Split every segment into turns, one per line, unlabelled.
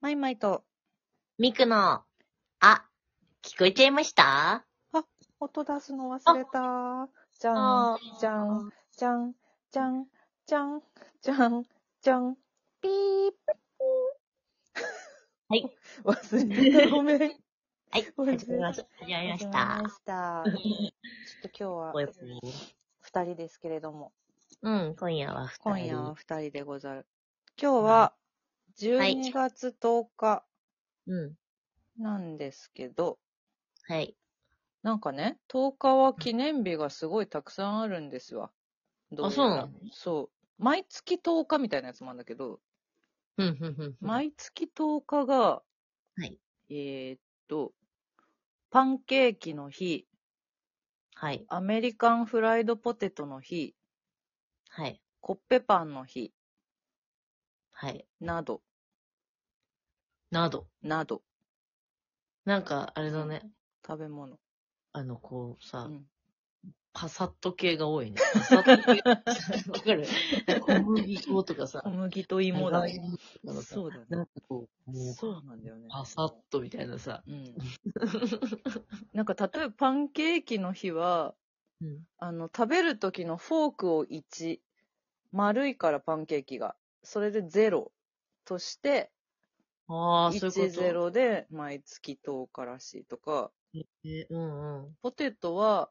マイマイと、
ミクの、あ、聞こえちゃいました
音出すの忘れた。じゃん、じゃん、じゃん、じゃん、じゃん、じゃん、じゃん、ピー
はい。
プ。忘れた。ごめん。始
はい、
ごめん
始めました。始まりまし
ま
た
りま。した。ちょっと今日は
おやすみ
二人ですけれども、
うん、今夜は二人。
今夜は二人でござる。今日は、
い
12月10日
うん、
なんですけど、
はい。
なんかね、10日は記念日がすごいたくさんあるんですわ。どやら
そうなの
そう。毎月10日みたいなやつもあるんだけど、
うん、うん、うん。
毎月10日が、
はい
えーっと、パンケーキの日、
はい、
アメリカンフライドポテトの日、
はい、
コッペパンの日、
はい。
など、
など。
など、
なんか、あれだね。
食べ物。
あの、こう
う
さ、
ん、
パサッと系が 多いね。パサッと系。わかるなんか小麦粉とかさ
小、麦と芋だ。
長芋とかのさ
そうだ
な
ね
ん。かこう、もう、
そうなんだよね。
パサッとみたいなさ。
うん。 なんか例えばパンケーキの日は、
うん
あの、食べる時のフォークを1、丸いからパンケーキが、それで0として、
ああ、そういうこと。
10で毎月10日らしいとか、
えーうんうん。
ポテトは、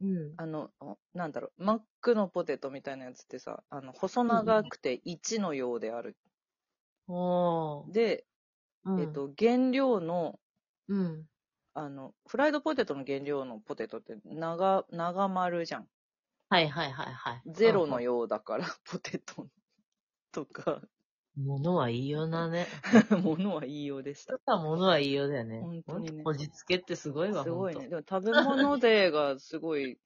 うん。
あの、おなんだろう、マックのポテトみたいなやつってさ、あの、細長くて1のようである。
おー。
で、
うん
えっ、、と、原料の、
うん。
あの、フライドポテトの原料のポテトって長、長丸じゃん。
はいはいはいはい。
ゼロのようだから、ポテトと か、
うん。ものは言いようだね。
ものは言いようでした。
ものは言いようだよね。
本当にね
ほんとこじつけってすごいわ。
すごい
ほ
ね。
ん
で
と。
も食べ物デーがすごい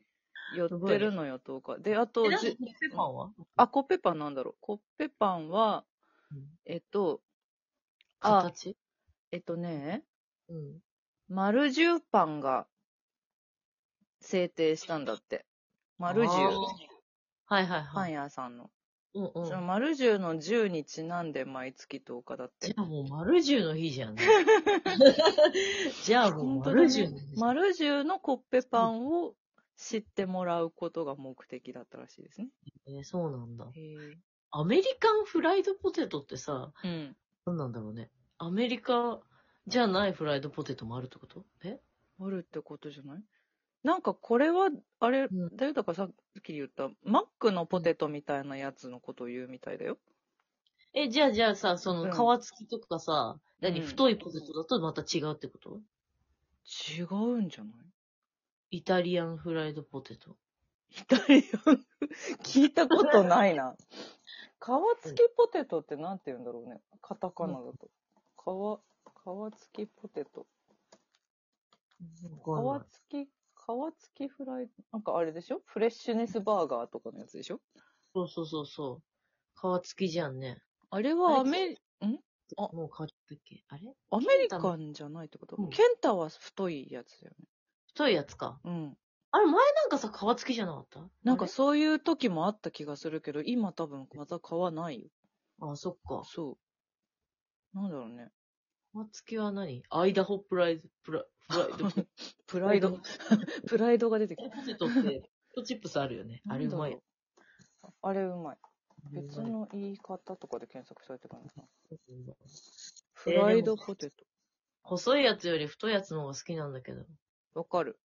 寄ってるのよ、10日。で、あと
え、なんか
じゅ、
コッペパンは
あ、コッペパンなんだろう。コッペパンは
うん、
えっと、あ、
形
えっとね、
うん。
丸十パンが制定したんだって。丸十
あ。ーはいはい
パ
は
ン
い。
屋さんの。
うんうん。
そ
じ
の丸十の十にちなんで毎月10日だって。
ゃあもう丸十の日じ ゃんね。じゃあもう
本当だね
丸十の日。
丸十のコッペパンを知ってもらうことが目的だったらしいですね。
えーそうなんだ。
へ
アメリカンフライドポテトってさ、
え。うん。
何なんだろうね。アメリカじゃないフライドポテトもあるってことえ
あるってことじゃないなんかこれは、あれ
ん
だよ、だからさっき言った、マックのポテトみたいなやつのことを言うみたいだよ。
え、じゃあじゃあさ、そ
うん
の皮付きとかさ、何、
うん
太いポテトだとまた違うってこと
違うんじゃない
イタリアンフライドポテト。
イタリアン、聞いたことないな。皮付きポテトってなんて言うんだろうね。カタカナだと。皮、皮付きポテト。
わかんない
皮付き、皮付きフライ、なんかあれでしょフレッシュネスバーガーとかのやつでしょ
そうそうそうそう。皮付きじゃんね。
あれはア
あれ
メ、あ
もう変わったっけあれ
アメリカンじゃないってこと
うん
ケンタは太いやつだよね。
太いやつか。
うん。
あれ前なんかさ、皮付きじゃなかった
なんか
あれ
そういう時もあった気がするけど、今多分また買わないよ。
あそっか。
そう。なんだろうね。
皮付きは何アイダホプライズ、プラ、プライドポテト。
プライド、プライド が出てきた。
ポテトって、 ポテトチップスあるよね。あれうまいよ。
なんだろう。あれうまい。別
うまい。
の言い方とかで検索されてたかな。フ
えーでも
ライドポテト。
細いやつより太いやつの方が好きなんだけど。
わかる。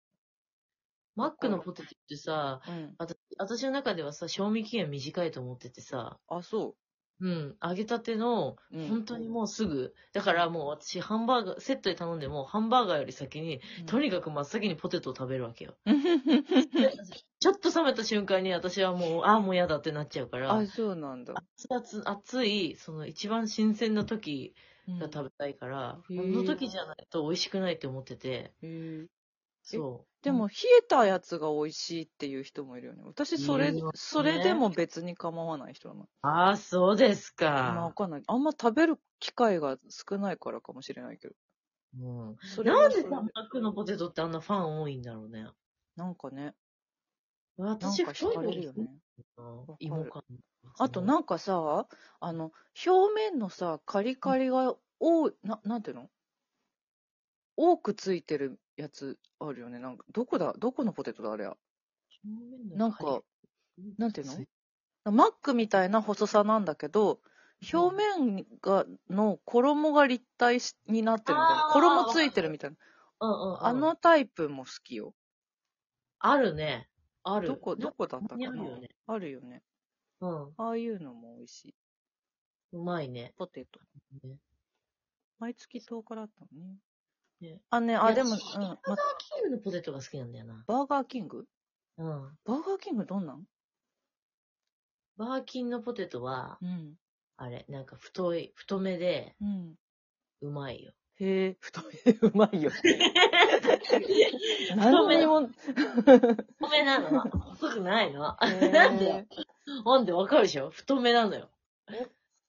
マックのポテトってさ、
うん。
あた私の中ではさ、賞味期限短いと思っててさ、
あ、そ
うん、揚げたての、
う。うん、
本当にもうすぐ、だからもう私、ハンバーガー、セットで頼んでも、ハンバーガーより先に、
うん
とにかく真っ先にポテトを食べるわ けよ。
うん
ちょっと冷めた瞬間に私はもう、ああ、もう嫌だってなっちゃうから、
あ、
熱
そうなんだ。
々熱い、その一番新鮮な時
うん
が食べたいから、
うん
この時じゃないと美味しくないって思ってて、
へー
そう。
でも、
うん、
冷えたやつが美味しいっていう人もいるよね。私、それ、
いるよね
それでも別に構わない人なの。
ああ、そうです
まあ、わ
か。
かんない。あんま食べる機会が少ないからかもしれないけど。
うん、
それは
なん
そ
でさ、
れ
マックのポテトってあんなファン多いんだろうね。
なんかね、なん
私、
か
太
惹
い
か
の
れる
に
よね。
うん
る
芋感。
あとなんかさ、あの、表面のさ、カリカリがおう、な、なんていうの多くついてるやつあるよね。なんか、どこだ、どこのポテトだ、あれは。なんか、なんていうのマックみたいな細さなんだけど、表面が、の衣が立体しになってるみたいな
あ。ー
衣ついてるみたいな。
うんうんうん、
あのタイプも好きよ。
あるね。ある。
どこ、どこだったかな
あるよね。
あるよね。
うん。
ああいうのも美味しい。
うまいね。
ポテト。
ね
毎月10日だったのね。
ね
あ、ね、
い
あ、
や
でも、うん、
バ
ま
ーキングのポテトが好きなんだよな。
バーガーキング
うん。
バーガーキングどんなん
バーキンのポテトは、
うん。
あれ、なんか太い、太めで、
うん。
うまい よ。
へえ、太めでうま いよ。
太
何
め
にも。
太めなの。細くないの。
なん
でなんでわかるでしょ太めなのよ。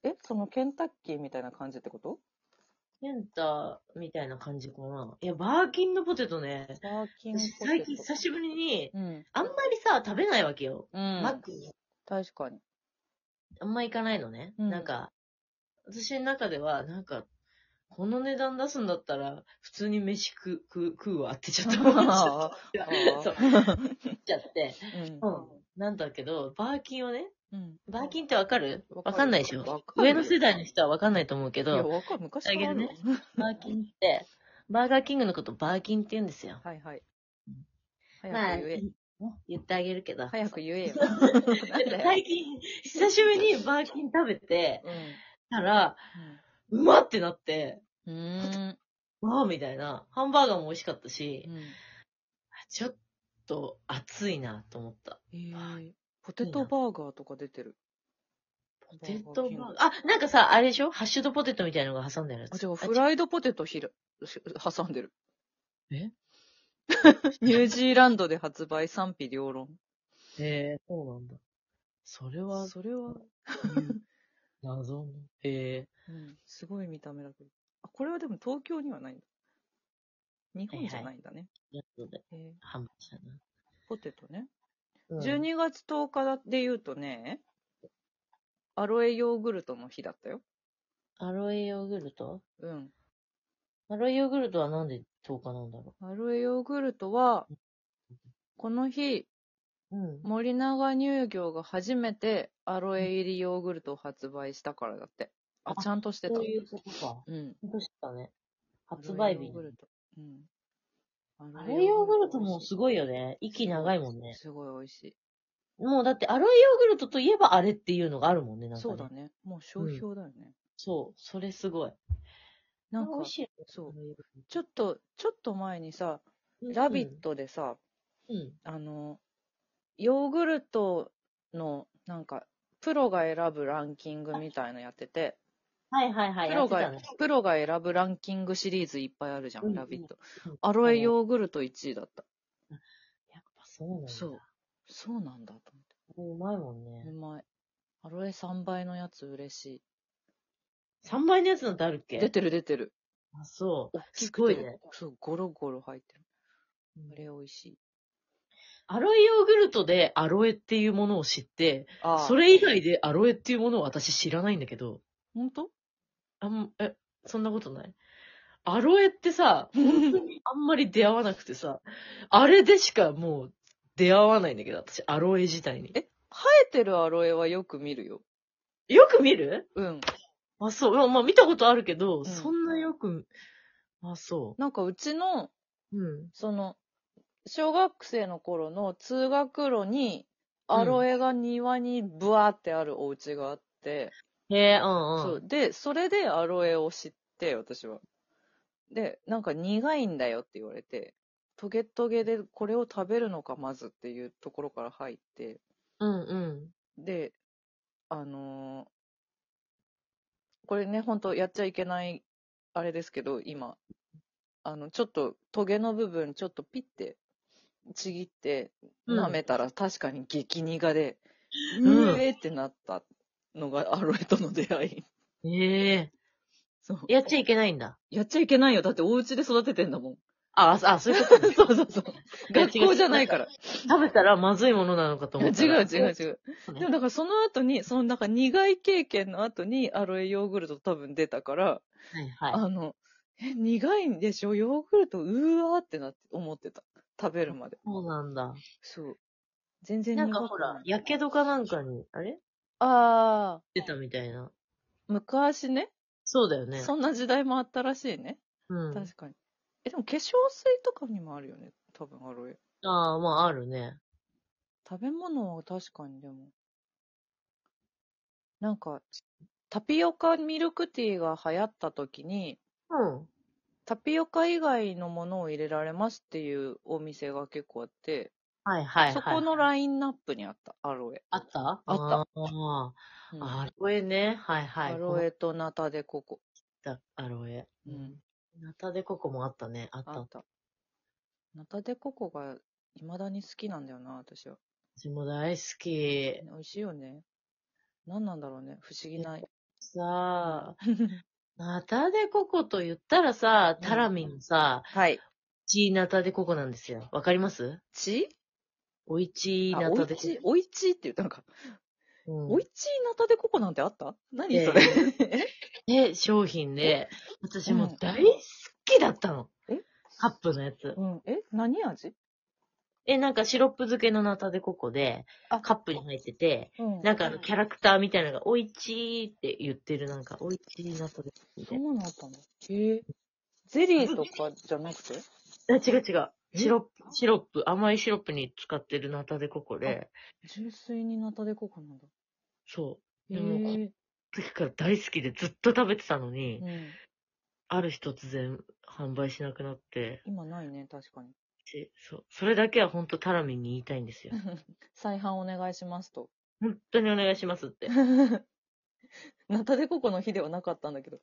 え、そのケンタッキーみたいな感じってこと
ケンタみたいな感じかな。いや、バーキンのポテトね。
バーキング
私最近久しぶりに、
うん。
あんまりさ、食べないわけよ。
う
マッ
ん。
クに
確 かに。
あんま行かないのね。
うん
なんか、私の中では、なんか、この値段出すんだったら、普通に飯食う、食う、食うわってちょっと思っちゃ
あ
っ て
あー
そう思っちゃって。
ー
うん。なんだけど、バーキンをね、
うん。うん。
バーキンってわかる
わか
わ
る
かんないでし
わ
ょ
かる
上の世代の人はわかんないと思うけ
いや、
ど、
わかる。昔からあるわ
あ。バーキンって、バーガーキングのことバーキンって言うんですよ。
はいはい
うん。まあ
早く言え。、
言ってあげるけど。
早く言えよ。 なんだよ。
最近、久しぶりにバーキン食べて
う
たら、うまってなって、
ん。うん。
わあみたいな。ハンバーガーも美味しかったし、
うん。
ちょっと熱いなと思った。
えー、ポテトバーガーとか出てる。ポ
ポテトバーガー。あ、なんかさ、あれでしょハッシュドポテトみたいのが挟んであるやつ。
あ、違う、フライドポテトひら、し 挟んでる。
え
ニュージーランドで発売賛否両論。
へえ そうなんだ。それは、
それは、
謎の。へえ
うん、すごい見た目だけど。あ、これはでも東京にはないんだ。日本じゃないんだね。
ー。で、
えー
ハンバーガーだ
ポテトね。
な。うん
12月10日で言うとね、アロエヨーグルトの日だったよ。
アロエヨーグルト
うん。
アロエヨーグルトはなんで10日なんだろ
アロエヨーグルトは、この日、
う。うん。
森永乳業が初めてアロエ入りヨーグルトを発売したからだって。あ、
あ
ちゃんとしてた。
そういうことか。
うん。
どうしたね。発売
アロエヨ
日
ー。グルト。うん。
ア
ア
ロエヨーグルトもすごいよね。息
美味しい
長いもんね。
すごい美味しい。
もうだってアロエヨーグルトといえばあれっていうのがあるもんね、なんか、
そ
ね。
うだね。もう商標だよね。
そう、それすごい。
なん
美
か
味、しいよね。
そう
アロエヨーグル
ちょっと、ちょっと前にさ、
ト。
ラビット!」でさ、
うん。うん。
あの、ヨーグルトの、なんか、プロが選ぶランキングみたいのやってて、
はいはいはい。
プロ
や
が
ってたね、
プロが選ぶランキングシリーズいっぱいあるじゃ
うん
ん、
うん
ラビット。
うん
アロエヨーグルト1位だった。
やっぱそうなんだ。
そう。そうなんだと
うまいもん
思って。
ね
う。まい。アロエ3倍のやつ嬉し
3倍のやつなんてあるっ
い。
け
出てる出てる。
あ、そう
大。き
す
くて
ごいね。。
そう、ゴロゴロ入ってる。あれ美味しい。
アロエヨーグルトでアロエっていうものを知って、
あ
そ
れ
れ以外でアロエっていうものを私知らないんだけど。
ほんと
あん、え、そんなことないアロエって さ、本当にあんまり出会わなくてさ、あれでしかもう出会わないんだけど、私、アロエ自体に。
出てるアロエはよく見るよ。
え、よく見る
うん。
あ、そう。まあ、まあ見たことあるけど、
ん
そんなよく、あ、そ
なんかうちの、
う。うん。
その、小学生の頃の通学路に、アロエが庭にブワーってあるお家があって、
へえ、うんうん。
そう。で、それでアロエを知って、私は。で、なんか苦いんだよって言われて、トゲトゲでこれを食べるのか、まずっていうところから入って、
うんうん。
で、あのーこれね、本当やっちゃいけない、あれですけど、今、あの、ちょっと、トゲの部分、ちょっとピッて、ちぎって、
うん
舐めたら確かに激苦で、う
うん
えーってなったのがアロエとの出会い。
へえ。
そう。
やっちゃいけないんだ。
やっちゃいけないよ。だってお家で育ててんだもん。
あ、あ、 そういうことね、
そうそうそう。
いや
学校じゃないから。
食べたらまずいものなのかと
違う
思 ったら。
違う違う。
そうね
でもだからその後に、そのなんか苦い経験の後にアロエヨーグルト多分出たから、
はいはい。
あの、え、苦いんでしょヨーグルト、うーわーってなって思ってた。食べるまで。
そうなんだ。
そう。全然苦
なん
くない。
かほら、やけどかなんかに、あれ
あ
出たみたいな。
ー、昔ね
そうだよね。
そんな時代もあったらしいね。
うん。
確かに。え、でも化粧水とかにもあるよね。多分アロエ。
ああ、まああるね。
食べ物は確かにでも。なんか、タピオカミルクティーが流行った時に、
うん。
タピオカ以外のものを入れられますっていうお店が結構あって、
はいはいはい。
そこの
イン。
ラインナップにあった、アロエ。
あった。
あった
あ
う
ー
ん
アロエね。はいはい。
アロエとナタデココ。
だ。アロエ。
うん。
ナタデココもあったね。あった。
あった。ナタデココが未だに好きなんだよな、私は。
私も大好き。
美味しいよね。何なんだろうね。不思議な。
さあ、ナタデココと言ったらさ、タラミンさ、
はい。
チーナタデココなんですよ。わかります
ち
おいちー
あ
ナ
お
タ
い
デコ
ち、おいちって言ったのか。
コ。うん
おいちナタデココなんてあった何
ええ
それ。
で、商品で、私もう大好きだったの。
え
カップのやつ。
うん。え何味
え、なんかシロップ漬けのナタデココで
あ、
カップに入ってて、
うん
なんかあのキャラクターみたいなのが、おいちーって言ってる、なんか、おいちーナタデココみた
そ
いな。
うなったのへえ。ゼリーとかじゃなくて
あ違う違う。シロップ、シロップ、甘いシロップに使ってるナタデココで、
純粋にナタデココなんだ。
そう。
へ
でも
え。
時から大好きでずっと食べてたのに、
うん。
ある日突然販売しなくなって、
今ないね、確かに。
しそうそれだけは本当タラミンに言いたいんですよ。
再販お願いしますと。
本当にお願いしますって。
ナタデココの日ではなかったんだけど。